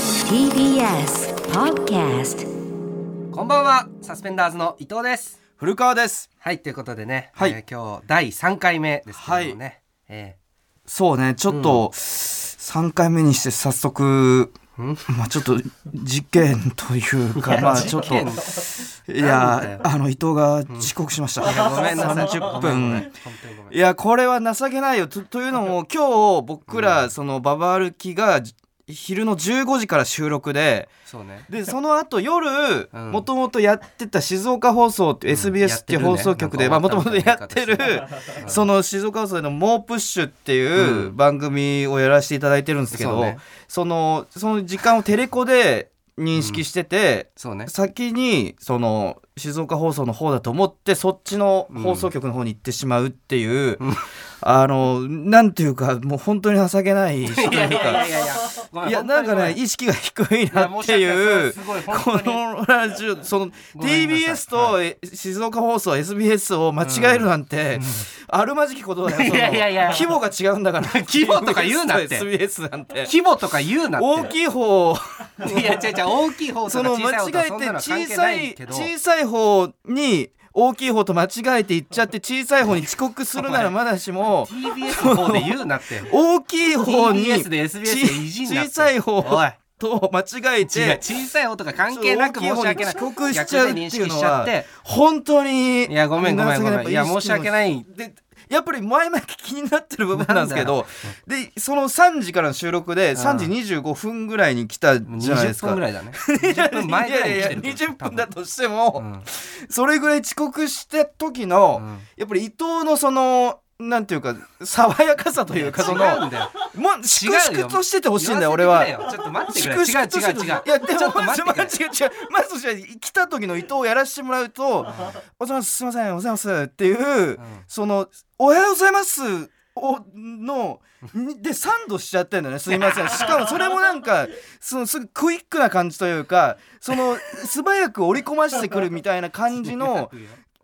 TBS Podcast こんばんは、サスペンダーズの伊藤です。古川ですはい、ということでね、はいえー今日第3回目ですけどもね、えそうねちょっと3回目にして早速、んまあちょっと事件という かまあちょっとーいなんだよやあの伊藤が遅刻しました、ごめんなさい。 30ごめんごめん分本当にごめんいやこれは情けないよとという のも今日僕らそのババ歩きが昼の15時から収録でそうね。でその後夜うんもともとやってた静岡放送っていう SBS っていう放送局でもともとやってるその静岡放送の「猛プッシュ」っていううん番組をやらせていただいてるんですけど、そうねそのその時間をテレコで認識してて、そうね。先にその静岡放送の方だと思ってそっちの放送局の方に行ってしまうっていう、うんあのなんていうかもう本当に情け ないしいやいやいやいや、ごめいやなんかねい意識が低いやなっていう申し訳な。すごいこ本当に。のラジオそのごめんなさい TBS とえ静岡放送 SBS を間違えるなんて、あるまじきことだよその いやいやいや規模が違うんだから 規模とか言うなって SBS なん て規模とか言うなって。大きい方をいや、違う違う、大きい方そとかの小さい間方とか違えそんてなのは小関係さないいけど。小さい方に大きい方と間違えていっち ゃって小さい方に遅刻するならまだしも TBS の方で言うなって。大きい方に TBS で SBS でいじんなっ小てさい方おいと間違え違うて小さい方とか関係なく申し訳ない大きい方に遅刻しちゃうっ逆でていうのは認識しちゃって本当にいやごめんごめんごめんいや申し訳ないいでやっぱり前々気になってる部分なんですけどでその3時からの収録で3時25分ぐらいに来たじゃないで20すか分ぐらいだね20分前ぐらいに来てるいやいや20分だとしてうも、んそれぐらい遅刻した時の、うんやっぱり伊藤のそのなんていうか爽やかさというかそ違のうんだよもう粛々としててほしいんだよ俺言わはせてくれ。よちょっと待ってくれ違う違う粛々として違うて違ういやでちょっもとまず待ってまくれず違う違うまずじゃあ来た時の伊藤をやらせてもらうと「おはようございますすいませんおはようございます」っていう、その「おはようございます」をのにでサンドしちゃってんだよねすいませんしかもそれもなんかそのすぐクイックな感じというかその素早く織り込ましてくるみたいな感 じの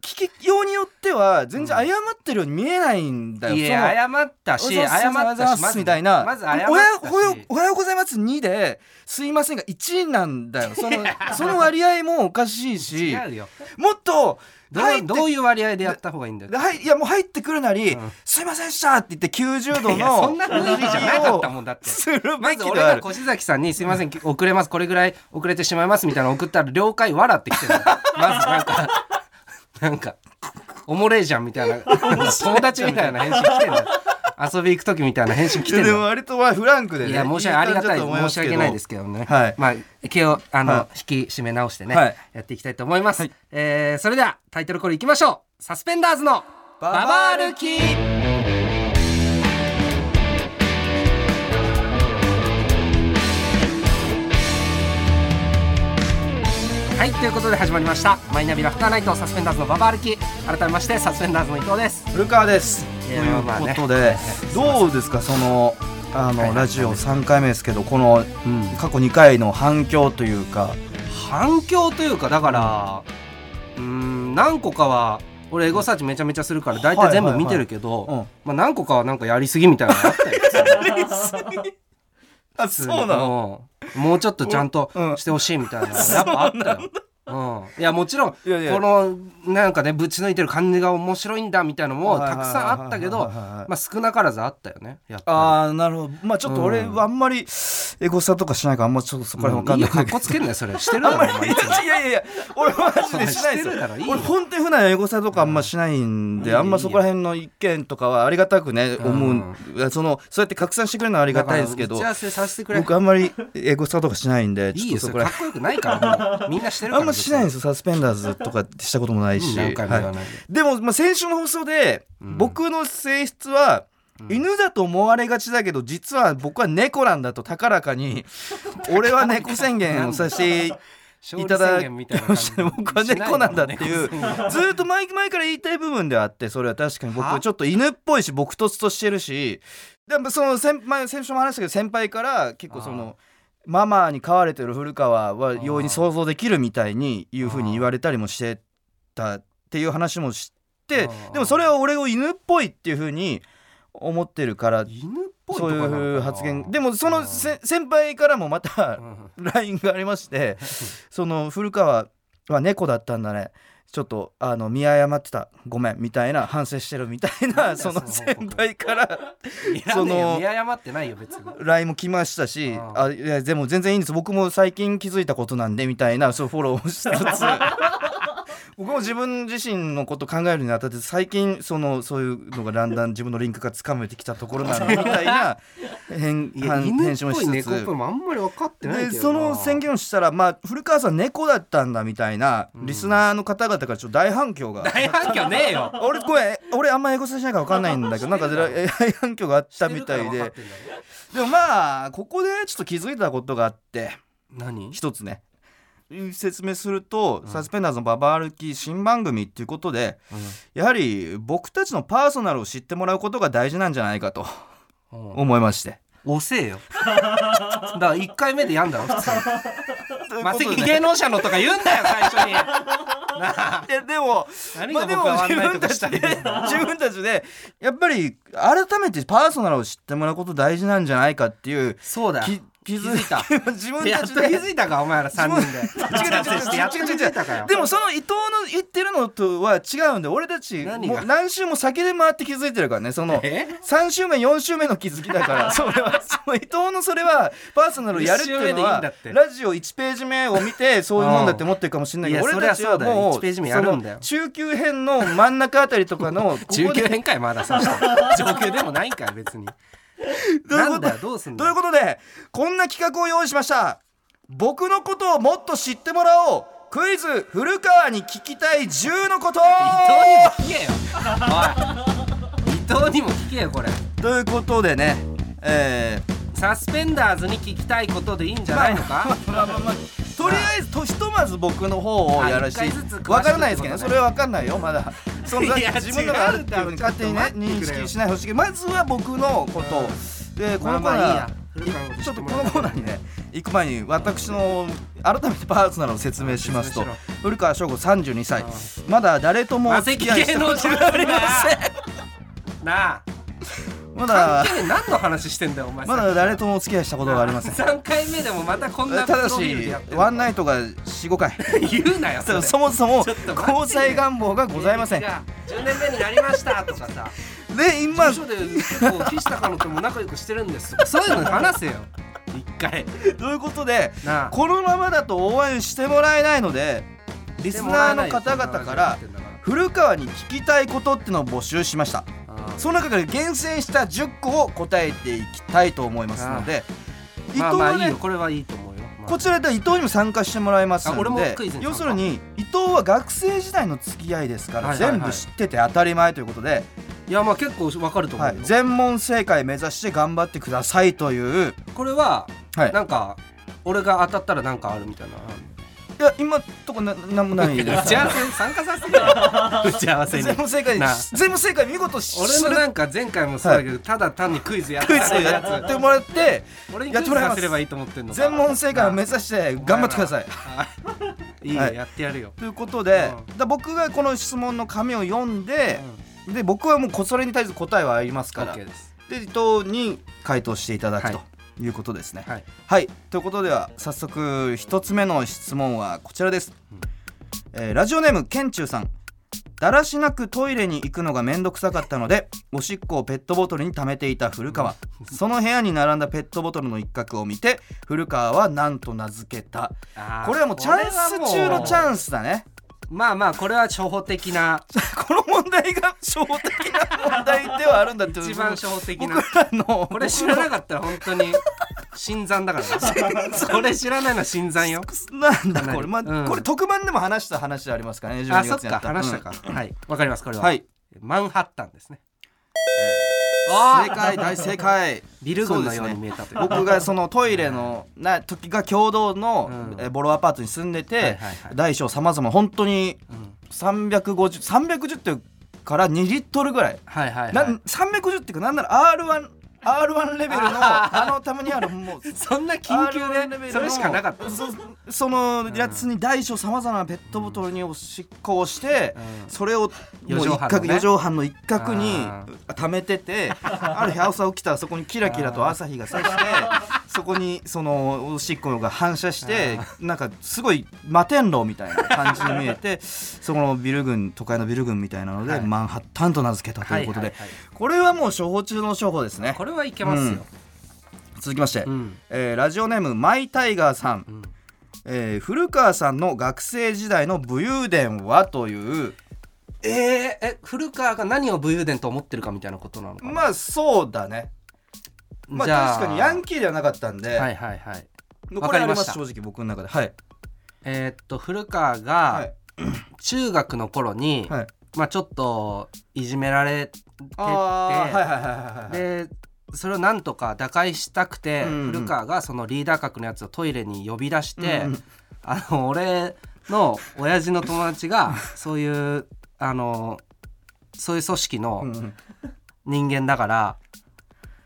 聞きようによっては全然謝ってるように見えないんだよ、いそのや謝ったし謝ったしまずみたいな。まず謝っおはようおはたようしおはようございます2で、すいませんが1なんだよ。そ の、その割合もおかしいし、違うよもっと、ど入っうて、どういう割合でやった方がいいんだよはい、いやもう入ってくるなり、うんすいませんでしたって言って90度いやそのんな雰囲気じゃなかったもんだってする まべずき俺であがる。越崎さんに「すいませんき遅れますこれぐらい遅れてしまいます」みたいなの送ったら「了解笑ってきてるまずなんか なんかおもれえじゃんみたい な友達みたいな返信来てんの遊び行く時みたいな返信来てんでのも割とまあフランクでね。いや申し訳ありがたい感じだと思ま申しすけど訳ないですけどね、はいまあ気をあの、は引き締め直してね、はいやっていきたいと思います、はいえーそれではタイトルコールいきましょうサスペンダーズのババア歩きはいということで始まりましたマイナビラフターナイトサスペンダーズのババア歩き改めましてサスペンダーズの伊藤です古川です。といいやうまあこねとで、どうですか、その、はあいの、ラジオ3回目ですけど、この、うん過去2回の反響というか、反響というかだからうーん何個かは俺エゴサーチめちゃめちゃするから大体全部見てるけど、はいはいはいまあ、何個かはなんかやりすぎみたいなのあ ったよあ、普通にうんもうちょっとちゃんとうんしてほしいみたいなのやっぱ あったよ。うん、いやもちろんいやいやこのなんかねぶち抜いてる感じが面白いんだみたいなのもたくさんあったけはいどはいはいはいはいはいまあ少なからずあったよねやっぱああなるほどまあちょっと俺うんはあんまりエゴサとかしないからあんまちょっとそりこらもう辺わかんないいいよかっこつけんなよそ れしてるだろお前いつもいやいやいや俺マジでしないでしすてるだろいいよ俺本当に普段エゴサとかあんましないんで、うんあんまそこら辺の意見とかはありがたくね、ん思ういやそのそうやって拡散してくれるのはありがたいですけどだから打ち合わせさせてくれ僕あんまりエゴサとかしないんでいちいょよっとそそれこからっこよくないからも うみんなしてるかあらんましないんですすよサスペンダーズとかしたこともないし、何回も言わないででも、まあ、先週の放送で、うん僕の性質は、犬だと思われがちだけど実は僕は猫なんだと高らかに 俺は猫宣言をさせていただきましたね僕は猫なんだっていうず ーっと前前から言いたい部分ではあってそれは確かに僕はちょっと犬っぽいし僕とつとしてるしでもその先前先週も話したけど先輩から結構その。ママに飼われてる古川は容易に想像できるみたいにいうふうに言われたりもしてたっていう話もしてあーでもそれは俺を犬っぽいっていうふうに思ってるから犬っぽいとそかう。なのかないう発言でもそのせ先輩からもまたうん LINE があり ましてその古川は猫だったんだねちょっとあの見誤ってたごめんみたいな反省してるみたいなんなだそのその報先告輩からいらねえそよの見誤ってないよ別に LINE も来ましたしあああいやでも全然いいんです僕も最近気づいたことなんでみたいなそうフォローをしつつ 僕も自分自身のこと考えるにあたって最近そのそういうのがだんだん自分の輪郭がつかめてきたところなんでみた いな変いや反犬っ返信をぽしいつつ猫っぽいもあんまり分かってないけどでなその宣言をしたら、まあ、古川さん猫だったんだみたいな、リスナーの方々からちょっと大反響 が。大反響ねえよ 俺これ俺あんま英語通じないから分かんないんだけどなんか大 反響があったみたい知ってるから分かっでてんだろでもまあここでちょっと気づいたことがあって何一つね説明すると「サスペンダーズのババ歩き」新番組っていうことでやはり僕たちのパーソナルを知ってもらうことが大事なんじゃないかとうん思いまして。遅えよだから1回目でやんだろ 普通というマこセとキで芸能者のとか言うんだよ最初になあ いやでも何まがあで僕もは自笑わないと分たかしちたでい自分たちで やっぱり改めてパーソナルを知ってもらうこと大事なんじゃないかっていう そうだき気づい気づた 自分やったとち気でづいたかお前ら3人で違う違う違打うち合わせしてやっと気づいたかよでもその伊藤の言ってるのとは違うんで俺たち何もがう何週も先で回って気づいてるからねそのえ3週目4週目の気づきだから それはその伊藤のそれはパーソナルをやるっていう一の週目でいいんはだってラジオ1ページ目を見てそういうもんだって思ってるかもしれないけどうんいや俺たちはそりゃそうだよもう一ページ目やるんだよその中級編の真ん中あたりと かのここで中級変かいまださ 上級でもないんかい別にどういうなことんだよどうすんとだいうよことでこんな企画を用意しました僕のことをもっと知ってもらおうクイズ古川に聞きたい10の こと伊藤にも聞けよおい伊藤にも聞けよこれということでねえサスペンダーズに聞きたいことでいいんじーゃないのかまあまあまあとりあえずとひとまず僕の方をやらしあて一回ずつ詳しくってことねわからないですけどねそれは分かんないよまだそんないや自分のがあるっていうふう違にうだろ勝手にねちょっと待ってくれ認よ識しないでほしいけどまずは僕のことをでこのコまあまあーいいナや古川のーこといちょっと知ってもらこのうコーナーにね行く前に私の改めてパーソナルを説明しますと説明し古川翔吾32歳まだ誰ともおマ付セきキ合いし芸たこ能と人がありませんんなあま関だ係ねえ何の話してんだよお前まだ誰ともお付き合いしたことがありません3回目でもまたこんなただプロフィールでしやってるワンナイトが45回言うなよそれそもそもちょっと待ってね交際願望がございませんじでゃあ10年目になりましたとかさ今事務所でこう岸隆のとも仲良くしてるんですと かそういうの話せよ一回ということでなあこのままだと応援してもらえないのでリスナーの方々から古川に聞きたいことってのを募集しましたその中から厳選した10個を答えていきたいと思いますので伊藤まあまあはいいねよこれはいいと思うよ、まあこちらで伊藤にも参加してもらいますあ俺のもでクイズに参加要するに伊藤は学生時代の付き合いですかはらいはいはい全部知ってて当たり前ということでいやまあ結構わかると思うはよ、い全問正解目指して頑張ってくださいというこれははいなんか俺が当たったらなんかあるみたいないや今とこななんもないで打すち合わせ参加させてよ打ち合わせに全問正解なあ全問正解見事し俺すのるなんか前回もそうだけど、ただ単にクイズやってクイるズをやってもらって俺にクイズさせればいいと思ってんのか全問正解を目指して頑張ってください。 いいよ、はいやってやるよ、ということで、うだ僕がこの質問の紙を読んで、で僕はもうこそれに対する答えはありますオからッケでーです伊藤に回答していただくはいということですね。はいはいということでは早速1つ目の質問はこちらです、えーラジオネームけんちゅうさんだらしなくトイレに行くのがめんどくさかったのでおしっこをペットボトルに溜めていた古川その部屋に並んだペットボトルの一角を見て古川は何と名付けたあーこれはもうチャンス中のチンャンスだねまあまあこれは初歩的な この問題が初歩的な問題ではあるんだって一番初歩的な僕らのこれ知らなかったら本当に新参だからねこれ知らないのは新参よなんだこれ、まあうんこれ特番でも話した話でありますからねあ12そっ月にやかった話したか、はいわかりますこれは、はいマンハッタンですねあ正解大正解ビル群のように見えたという僕がそのトイレのな時が共同のうんえボロアパートに住んでて、はいはいはい大小さまざま本当にうん350310っていうから2リットルぐらい、はいはいはいなん310っていうかなんなら R1 R1 レベ ルのあのためにあるもうそんな緊急 R1 レベでルのそれしかなかった、そそのやつに大小さまざまなペットボトルにおしっこをして、うんそれをも四う畳一半の角ね四畳半の一角にあ溜め ててある日朝起きたらそこにキラキラと朝日がさしてそこにそのおしっこが反射してなんかすごい摩天楼みたいな感じに見 えてそこのビル群都会のビル群みたいなので、はいマンハッタンと名付けたということで、はいはいはいこれはもう処方中の処方ですねこれはいけますよ、続きまして、うんえーラジオネームマイタイガーさん、んえー古川さんの学生時代の武勇伝はというえー、え古川が何を武勇伝と思ってるかみたいなことなのかな、まあそうだねまあじゃ確かにヤンキーではなかったんはで、いはいはい残りありますわかり正直僕の中ではいえーっと古川はがい中学の頃に、はいまあちょっといじめられてて、あーはいはいはいはいはいでそれをなんとか打開したくて、うんうん古川がそのリーダー格のやつをトイレに呼び出して、うんうんあの俺の親父の友達がそういうあのそういう組織うんのうん人間だから、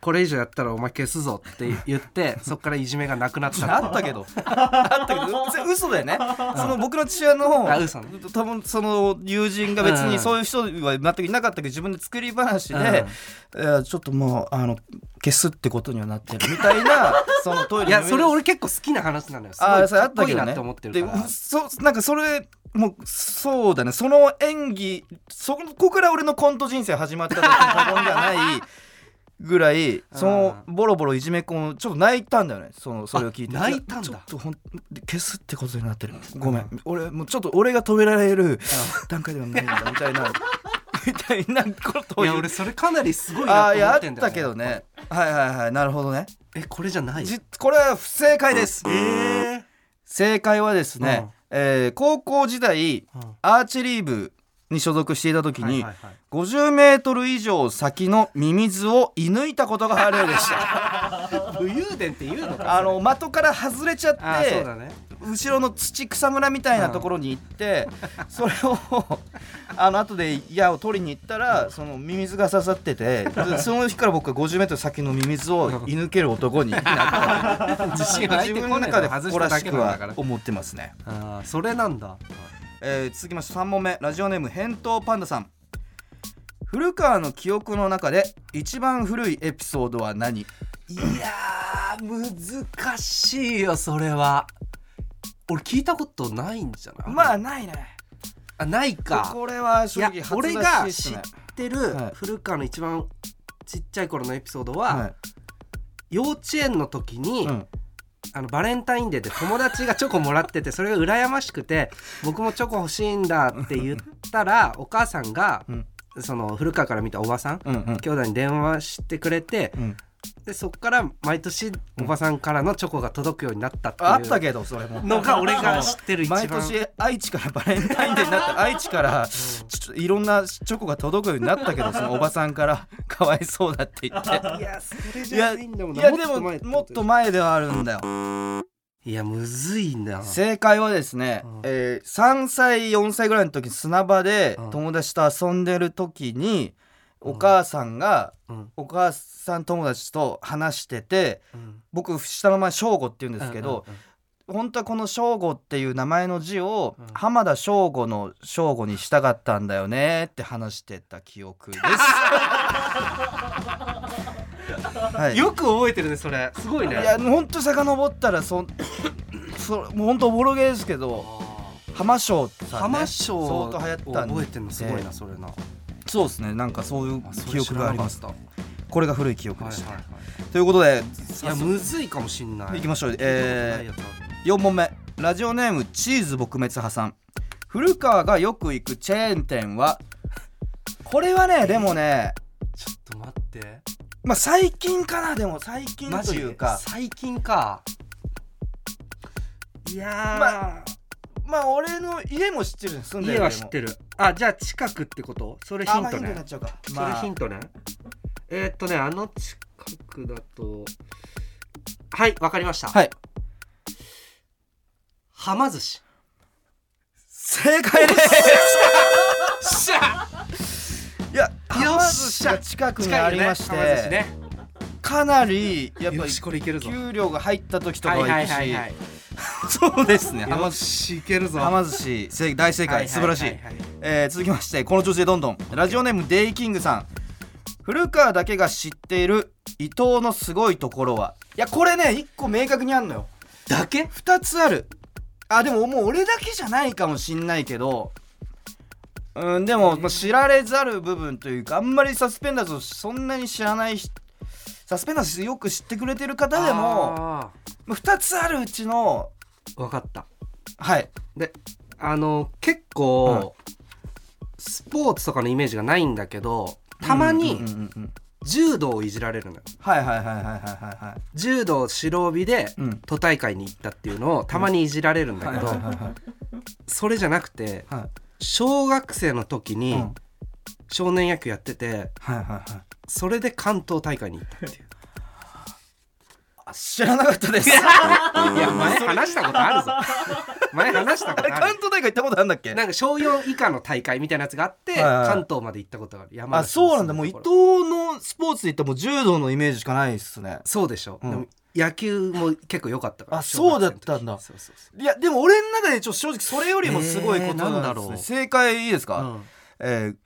これ以上やったらお前消すぞって言 ってそこからいじめがなくなったあったけどあったけどうそれ嘘 だよねその僕の父親のあ嘘ね多分その友人が別うにんそういう人は全くいなかったけど自分で作り話で、うんえーちょっともうあの消すってことにはなってるみたいなそのトイレいのやそれ俺結構好きな話なのよすごいあーそれかあっっこたいけいどなねって思ってるかでうらそなんかそれもうそうだねその演技そこから俺のコント人生始まったと言って過言では ないぐらいそのボロボロいじめっ子もちょっと泣いたんだよねそのそれを聞いてあ泣いたんだちょっとほん消すってことになってるごめん、俺もうちょっと俺が止められる段階ではないんだみたい なみたいなことをい言やう俺それかなりすごいあなあと思いやあっってんだよ、ね、たけどねはいはいはいなるほどねえこれじゃないじこれは不正解です、え正解はですね、うんえー高校時代ーアーチェリー部に所属していた時はいにはいはい50メートル以上先のミミズを射抜いたことがあるようでした 武勇伝って言うのかあの的から外れちゃあっーてそうだね後ろの土草むらみたいなところに行って、それをあの後で矢を取りに行ったらそのミミズが刺さっててでその日から僕は50メートル先のミミズを射抜ける 男になった自信は自自分分のの中中でで外した誇らだしけくなんだはから思ってますね。あーそれなんだえー続きまして3問目ラジオネーム返答パンダさん古川の記憶の中で一番古いエピソードは何いやー難しいよそれは俺聞いたことないんじゃない、まあないねあないかこれはい正や直初俺出がしっす知っねてるはい古川の一番ちっちゃい頃のエピソードは、は幼稚園の時に、い、うん、あのバレンタインデーで友達がチョコもらっててそれが羨ましくて僕もチョコ欲しいんだって言ったらお母さんが、うんその古川から見たおばさん、うんうん兄弟に電話してくれてうんでそっから毎年おばさんからのチョコが届くようになったってあっいたうけどそれものが俺が知ってる一番毎年愛知からバレンタインデーになった ら愛知からちょっといろんなチョコが届くようになったけどそのおばさんからかわいそうだって言っていやそれいじやゃいないんだもんなやでも前てもっこと前ではあるんだよいやむずいんだよ正解はですね、うんえー3歳4歳ぐらいの時砂場でうん友達と遊んでる時に、うんお母さんがうんお母さん友達と話しててうん僕下の名前翔吾って言うんですけど、うん本当はこの翔吾っていう名前の字をうん浜田翔吾の翔吾にしたかったんだよねって話してた記憶 です。はうんいよく覚えてるねそれすごいいねや本当遡ったらそんそもう本当おぼろげですけど。浜翔さん、ね、浜省相当流行ったんで覚えてるのすごいえなそれなえそうですねなんかそういうあそれ記憶があります知らなかっこれが古い記た憶はでいした、はいはいということでいやむずいかもしんないいきましょう、聞いえたことないやつあるー、4問目ラジオネームチーズ撲滅破産古川がよく行くチェーン店はこれはねでもねちょっと待ってまあ最近かなでも最近マとジいうか最近かいやままあ俺の家も知ってるね住ーんでる家は知ってるるあじゃあ近くってことそれヒヒンントトにねなっちゃうかそれまあヒントねえーっとねあの近くだとはいわかりましたはいはま寿司正解ですしゃいや、よっしゃはま寿司が近くにありまして、近いよねはま寿司ねかなりやっぱよりしこれいけるぞ給料が入った時とかはいははい行はくいしはいそうですねはまよしいけるぞはま寿司正大正はいはい解素晴らしいはいはいえー続きましてこの調子でどんどんラジオネームデイキングさん古川だけが知っている伊藤のすごいところはいやこれね1個明確にあんのよだけ2つあるあでももう俺だけじゃないかもしんないけどうんでも、まあ、知られざる部分というかあんまりサスペンダーズをそんなに知らない人サスペンダーズよく知ってくれてる方でもあ2つあるうちのーわかったはいであの結構、スポーツとかのイメージがないんだけどたまうんうにんうんうん柔道をいじられるのよはいはいはいはいはいはいはい柔道白帯でうん都大会に行ったっていうのをたまにいじられるんだはいけはいど、はいはいそれじゃなくてはい小学生の時うにん少年野球やっててはいはいはいそれで関東大会に行ったっていう あ知らなかったです いや前話したことあるぞ前話したこあれとあ関る東大会行ったことあるんだっけなんか小4以下の大会みたいなやつがあってはいはい関東まで行ったことがある山あ梨そうなんだもう伊のと藤ころのスポーツで言ったらもう柔道のイメージしかないですねそうでしょ、うんでも野球も結構良かったからあ小学生の時そうだったんだそうそうそいやでも俺の中でちょっと正直それよりもすごいことなん,、えーなんだろう正解いいですう、か、えー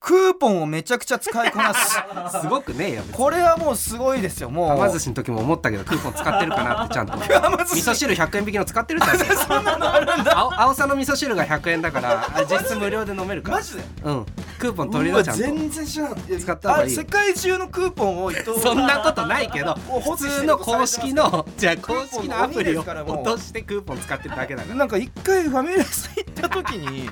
クーポンをめちゃくちゃ使いこな すうん、すごくねえよ別にこれはもうすごいですよもうはま寿司の時も思ったけどクーポン使ってるかなってちゃんと ま寿司味 噌汁100円引きの使ってるじゃんそんなのあるんだ青青さの味噌汁が100円だからあ実質無料で飲めるからマジでうんクーポン取りうなわちゃんと全然知らなかった使った方がいいよあ世界中のクーポンを伊藤そんなことないけどもう放普置して通るの公式のじゃあポ公ン式のアプリを鬼ですからもう落としてクーポン使ってるだけだからなんか一回ファミレス行った時 に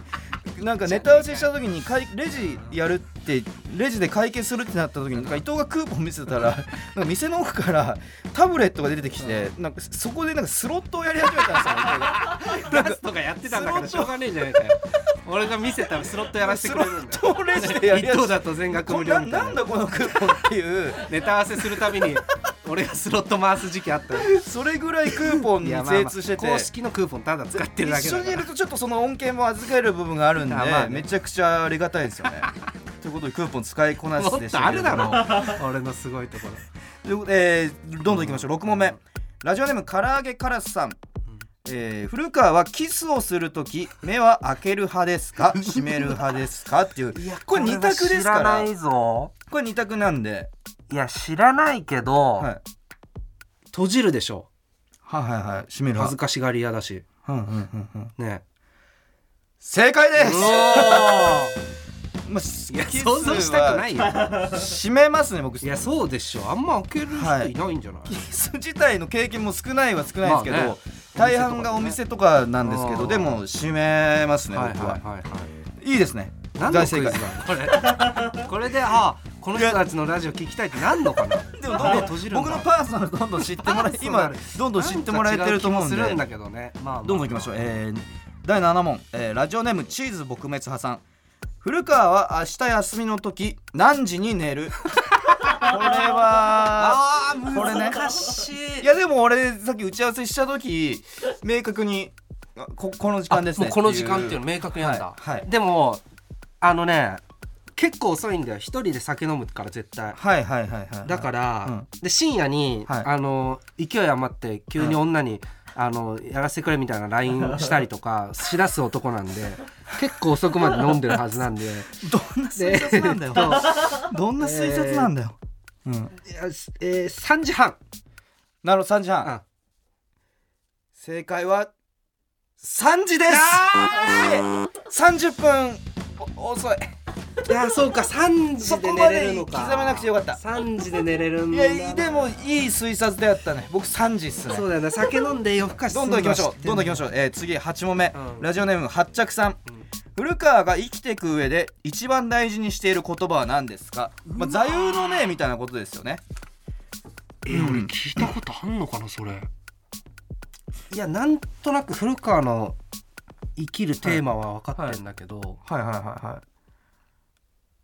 なんかネタ合わせした時にかいレジやるってレジで会計するってなった時になんか伊藤がクーポン見 せたらなんか店の奥からタブレットが出てきてなんかそこでなんかスロットをやり始めたんです よ伊藤が。 ラストがやってたんだからしょうがねえじゃねえかよ俺が見せたらスロットやらせてくれるんだスロットをレジでやよ一りやすい等だと全額こ無ん料なみたいななんだこのクーポンっていうネタ合わせするたびに俺がスロット回す時期あったよそれぐらいクーポンにいやまあまあ精通してて公式のクーポンただ使ってるだけ一だ緒かにいらるとちょっとその恩恵も預ける部分があるんであまあねめちゃくちゃありがたいですよね。ということでクーポン使いこなしもでっしたとあけれるどもだろ俺のすごいところということでえーどんどんいきましょう6問目ラジオネーム唐揚げカラスさん、えー古川はキスをするとき目は開ける派ですか閉める派ですかっていうこれ二択ですか知ららないぞこれ二択なんで、いや知らないけど、はい、はい閉じるでしょはいはい閉める恥ず派かしがり屋だしうんうんうんうんね正解でおす、ーまあ、すいやキス想像したくないよは閉めますね僕いやそうでしょあんま開ける人いないんじゃない、キス自体の経験も少ないは少ないですけど、まあね大半がお店とかなんですけうど、んでも閉めますね、はいはい僕は、はいはいいいですね何のクイズだこれ これであこの人たちのラジオ聞きたいってなんのかなでもど目んどん閉じるんだ僕のパーソナルどんどん知ってもらえ今どんどん知ってもらえてると思うんでなんか違う気もするんだけどね、まあまあどんどんいきましょう、えー第7問、えーラジオネームチーズ撲滅派さん古川は明日休みの時何時に寝るこれはあーこれね難しいいやでも俺さっき打ち合わせした時明確にあここの時間ですねもうこの時間っていうの明確にあんだ、はいはいでもあのね結構遅いんだよ一人で酒飲むから絶対はいはいはいはいはいだからら、うんで深夜に、はいあの勢い余って急に女に、あのやらせてくれみたいな LINE したりとかしだす男なんで結構遅くまで飲んでるはずなんでどんな推で察なんだよえっとどんな推察なんだよ、うん、いやえー3時半なるほど3時半、うん正解は3時です30分お遅いいやそうか3時で寝れるのかそこまで刻めなくてよかった3時で寝れるんいだなやでもいい推察であったね僕3時っすねそうだよね酒飲んで夜更かしすどんのどんは行きまし知っょうてんどんどん行きだましょう、えー次8問目、うんラジオネーム八着さん、古川が生きていく上で一番大事にしている言葉は何ですか、まあ、座右の銘みたいなことですよねえ俺聞いたことあんのかなそれいやなんとなく古川の生きるテーマは分かってんだけど、はいはいはいはい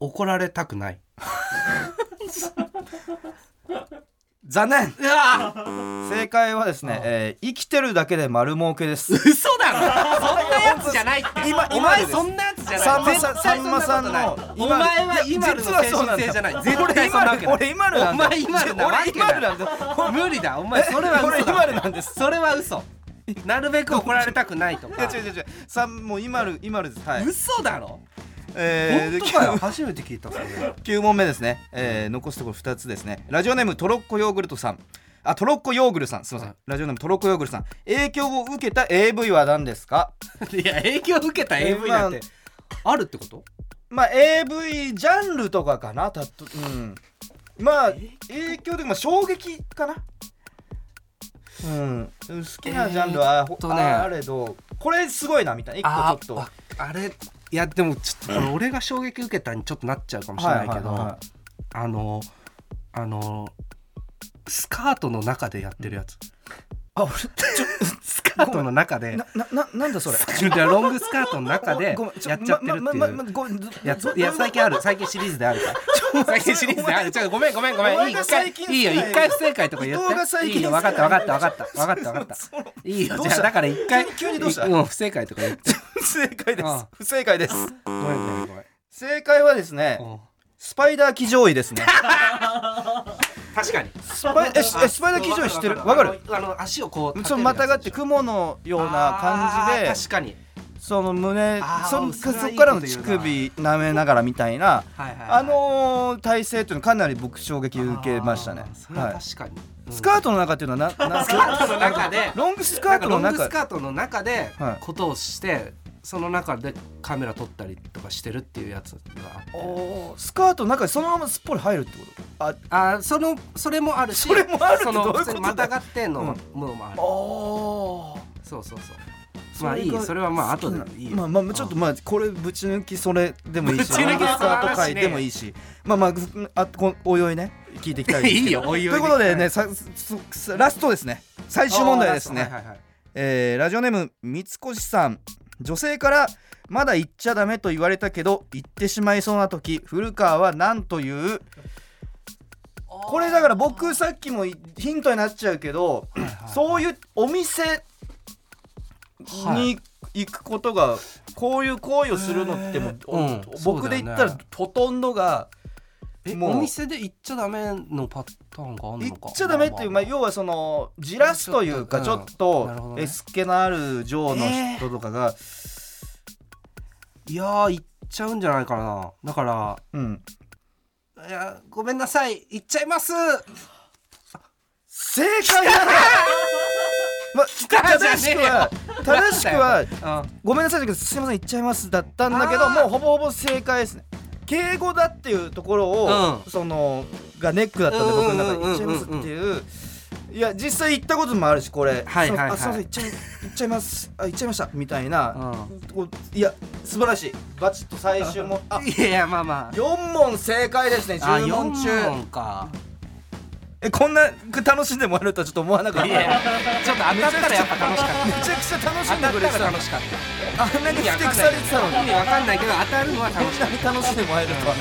怒られたくない残念うわ正解はですね、えー生きてるだけで丸儲け です嘘だろそんなやつじゃないって今お今前ですそんなやつじゃないさんまさん絶対そなことないさんまさんのお前は今今の実はそうなんだ精神性じゃない絶対そんなわけない俺今のなんだお前今のなわけない俺今のなんだ無理だお前それは俺嘘今だのなんですそれは嘘なるべく怒られたくないといやか違う違う違うさんもう今の今のですはい嘘だろえー本当かよで初めて 聞いたそれ9問目ですね、えー残すところ2つですねラジオネームトロッコヨーグルトさんあトロッコヨーグルさんすいません、はいラジオネームトロッコヨーグルさん影響を受けた AV は何ですかいや影響を受けた AV なんてあるってことまあ AV ジャンルとかかなたとうんまあ影響でまあ衝撃かなうん好きなジャンルは、えーっとねああれどこれすごいなみたいな一個ちょっわあれいやでもちょっとこれ俺が衝撃受けたにちょっとなっちゃうかもとしれないけど、はははあのあのスカートの中でやってるやつ、あ俺ちょスカートの中でななななんだそれいやロングスカートの中でごめんごめんやっちゃってるってままいまうまごめんずやつずいや最近ある最近シリーズである から最近シリーズであるちょっとごめんごめんごおめんい前いが一回最近好きないいよ一回不正解とか言伊藤がって最い近いよ分かった分かった分かった分かった分か ったそのいいよどうじしゃあただから一回急にどうしたいうん不正解とか言って不正解ですああ不正解ですごめんごめんごめん正解はですねうんスパイダー騎乗位で すね確かにスパイええスパイダー騎乗位知ってるわかるあのあの足をこう立てそのるやまつたがって雲のような感じあでー確かにその胸あーそのそれはいいそっからのこと言乳うな首舐めながらみたいなはいはいはいあのー体勢というのかなり僕衝撃受けましたねあーそれははい確かに、うんスカートの中っていうのはなな スカートの中でロングスカートのなんかロングス中カートの中ではいことをして、その中でカメラ撮ったりとかしてるっていうやつがあっておースカートの中にそのまますっぽり入るってことああーそのそれもあるしそれもあるってそのどういうことだよ普通にまたがってのものもある、おそうそうそうまあいいそれはまあ後でいいよまあまあちょっとまあこれぶち抜きそれでもいいしぶち抜きスカート界でもいいしまあまああこおいおいね聞いていきたいですけどいいよおいおいということでねさそそラストですね最終問題ですね、あーはいはいはいえーラジオネーム三越さん女性からまだ言っちゃダメと言われたけど言ってしまいそうな時古川は何というこれだから僕さっきもいヒントになっちゃうけど そういうお店に行くことがこういう行為をするのってもへうーうん僕で言ったそうだよらねほとんどがえもうお店で行っちゃダメのパターンがある言のっかちゃダメっていうまあ要はそのじらすというかちちょょっっととうんなるほどねエスケのある女王の人とかがいやー行っちゃうんじゃないかなだからうんいやごめんなさい行っちゃいます正解だ ねま正しくは正しくははごめんなさいだけどすいません行っちゃいますだったんだけどあーもうほぼほぼ正解ですね敬語だっていうところを、うんそのがネックだったんで僕の中でうんうんうんうん行っちゃいますっていういや実際行ったこともあるしこれはいはいはいすませんあすいません行っちゃい行っちゃいますあ行っちゃいましたみたいな、うこういや素晴らしいバチッと最終もあいやいやまあま4問正解ですねああ10問中4問かえこんな楽しんでもらえるとはちょっと思わなかっいたやちょっと当たったらやっぱ楽しかっめちゃくちゃ楽した当んでたくっれたらてたの楽しかったあんなに意味ふわてかくんさなれてたのにい意味わかんないけど当たるのはこん楽しかなっに楽しんでもらえるとは。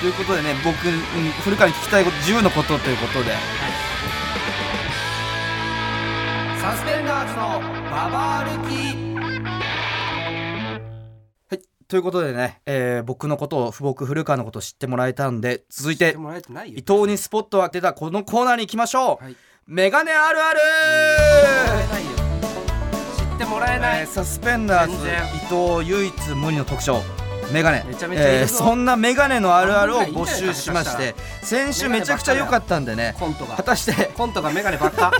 ということでね、僕、うん古川に聞きたいこと、10のことということで。たサスペンダーズのババ歩きということでね、えー僕のことを、僕、古川のことを知ってもらえたんで、続いやってて、もらえてないよ伊藤にスポットを当てたこのコーナーに行きましょう。はいメガネあるある知ってもらえないえーサスペンダーズ全然伊藤唯一無二の特徴メガネめちゃめちゃいるぞえーそんなメガネのあるあるを募集しまして先週めちゃくちゃ良かったんでねコント果がたしてコントがメガネばっか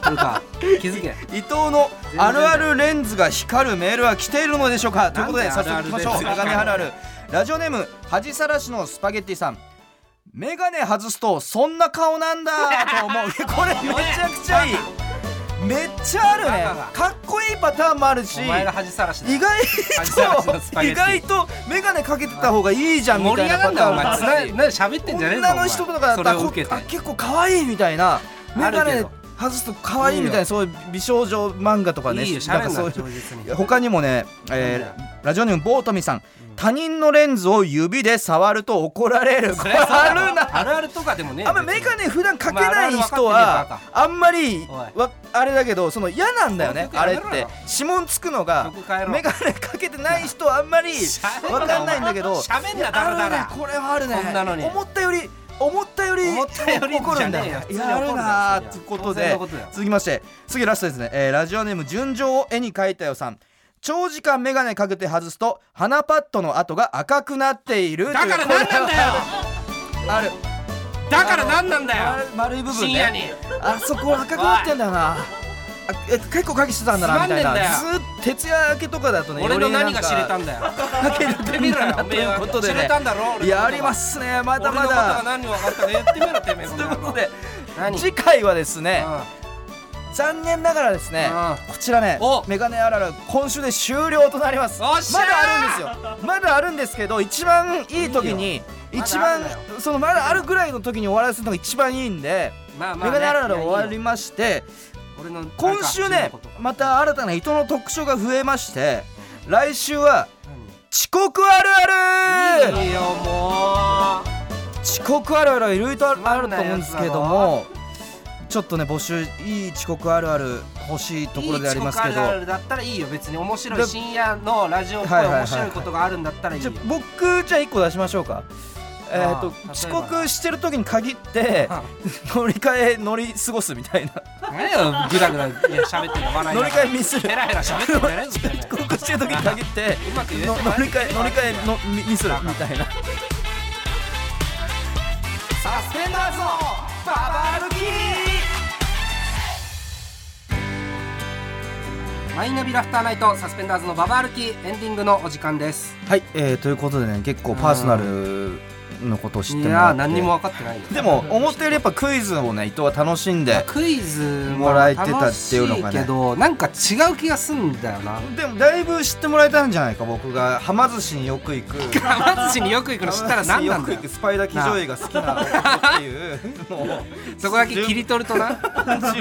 とるか気づけ伊藤のあるあるレンズが光るメールは来ているのでしょうかということでな早んで速いきましょうあるあるメレンズガネあるあるラジオネーム恥さらしのスパゲッティさんメガネ外すとそんな顔なんだと思 ういやこれめちゃくちゃいいめっちゃあるねかっこいいパターンもあるしお前が恥さらしだ意外恥さらしのスとパゲ意ッティ外と眼鏡かけてた方がいいじゃんみ盛たりい上ながパんなターおンもあ前るつしなな喋ってんじゃねえぞ女の人とかだったそれらをこ受けてあ結構可愛いみたいな眼あるけ鏡ど外すと可愛いみたいいいなそういう美少女漫画とかねいいよしゃなんべかんなそう着いう実に他にもね、えーラジオネームボートミさん、他人のレンズを指で触ると怒られるそこれれはそうあだろるなあるあるとかでもねあんま別メにガネ普段かけなまああるあい人る分かってはるよあんまりおいわあれだけどその嫌なんだよねこの曲あれっやめろてよ指紋つくのが曲変えろメガネかけてない人はあんまりしゃべんなわかんないんだけどしゃべんなあだるらだねらこれはあるねこんなのに思ったより思ったより思ったより怒じるゃんだねえよよいやあるなーってこと当然でのことだよ続きまして次ラストですね、えーラジオネーム純情を絵に描いたよさん長時間メガネかけて外すと鼻パッドの跡が赤くなっているだから何なんだよよあるだから何なんだよ丸丸い部分ね深夜にあそこ赤くなってんだよなあえ結構かけしてたんだなみたいなつまんねずーっと徹夜明けとかだとね俺のよりな何んかが知れたんだよかけるてみろよということでおめえは知れねたんだろ俺のことがいやありますねまだま俺のことがだ何を分かったか言ってみろてめえ ということで何次回はですねう残念ながらですねうこちらねおメガネあらら今週で終了となりますおまっしゃーだあるんですよまだあるんですけど一番いい時いいによ一まだあ番るんだよそのまだあるぐらいの時に終わらせるのが一番いいんでんまあメまあガネあららいや終わいいりよまして俺の今週なんねかまた新たな人の特徴が増えまして来週は遅刻あるあるいいよもう遅刻あるあるはいろいろあると思うんですけどつまんないもちょっとね募集いい遅刻あるある欲しいところでありますけいいど遅刻あるあるだったらいいよ別に面白でい深夜のラジオっぽいはいはいはいは面い白いことがあるんだったらいいじゃよあ僕じゃあ1個出しましょうかえー、とああ遅例えば刻してる時に限ってあ乗り換え乗り過ごすみたいな何よグダグダいや喋ってるよ笑いながら乗り換えミスるヘラヘラ喋ってるんじゃねえぞてめえ 遅刻してる時に限ってうまく言えてのない乗り換え乗り換えのミミスるみたいな。サスペンダーズのババ歩きマイナビラフターナイトサスペンダーズのババ歩きエンディングのお時間ですはい、えー、ということでね結構パーソナルのことを知っいてもらやっーて何にも分かってないよでも思ったよりやっぱクイズをね伊藤は楽しんでクイズもらえてたっていうの楽がねしいけどなんか違う気がすんだよなでもだいぶ知ってもらえたんじゃないか僕がはま寿司によく行 くはま寿司によく行くの知ったら何なんだはま寿司によく行よくスパイダー騎乗位が好きな男っ ていうもうそこだけ切り取ると な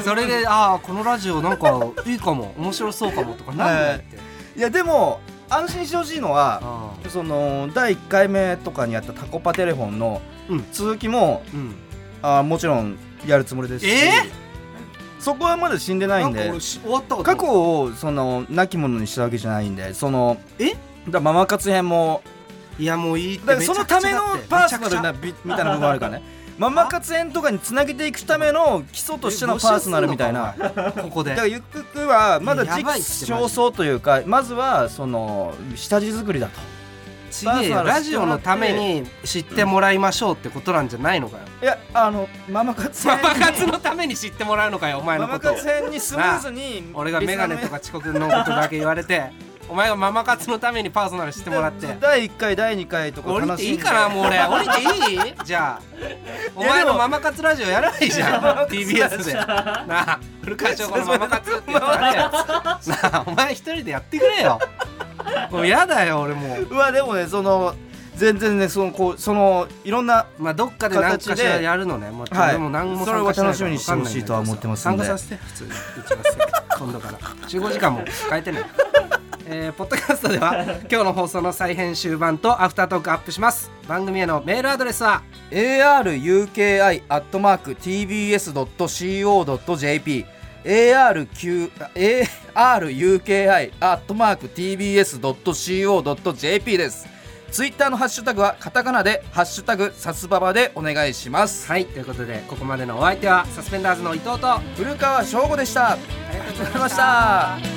それでああこのラジオなんかいいかも面白そうかもとかなんだよっ て、いやでも安心してほしいのはあその第1回目とかにやったタコパテレフォンのうん続きも、ーうんあーもちろんやるつもりですし、えそこはまだ死んでないんでなんか俺し終わったこと過去をその亡き者にしたわけじゃないんでそのえだママ活編もいやもういいってだからそのためのパーソナルなめちゃくちゃびみたいな部分もあるからねママ活編とかにつなげていくための基礎としてのパーソナルみたいなだかここ でらゆくゆくはまだや時ばい期ってマジで尚早というかまずはその下地作りだとちげえよラジオのために知ってもらいましょうってことなんじゃないのかよいやあのママ 活マ編マ活のために知ってもらうのかよお前マのマことを活編にスムーズに俺がメガネとか遅刻のことだけ言われてお前がママ活のためにパーソナル知ってもらって第1回第2回とか降り楽てしんいでいかなもう俺降りていい じゃあお前のママ活ラジオやらないじゃん TBS でなあ古川翔子のママ活ってやつあるやんなあお前一人でやってくれよもうやだよ俺もううわでもねその全然ねそのこうそのいろんなまあどっかで何かしらやるのねもうはい俺も何も参加ないからそれは楽しみにしてほしいとは思ってますん参で加させて普通に一番先今度から 集合時間も変えてねえー、ポッドキャストで は今日の放送の再編集版とアフタートークアップします番組へのメールアドレスは aruki.tbs.co.jp ARQ aruki.tbs.co.jp ですツイッターのハッシュタグはカタカナで「ハッシュタグサスババ」でお願いしますはいということでここまでのお相手はサスペンダーズの伊藤と古川翔吾でしたありがとうございました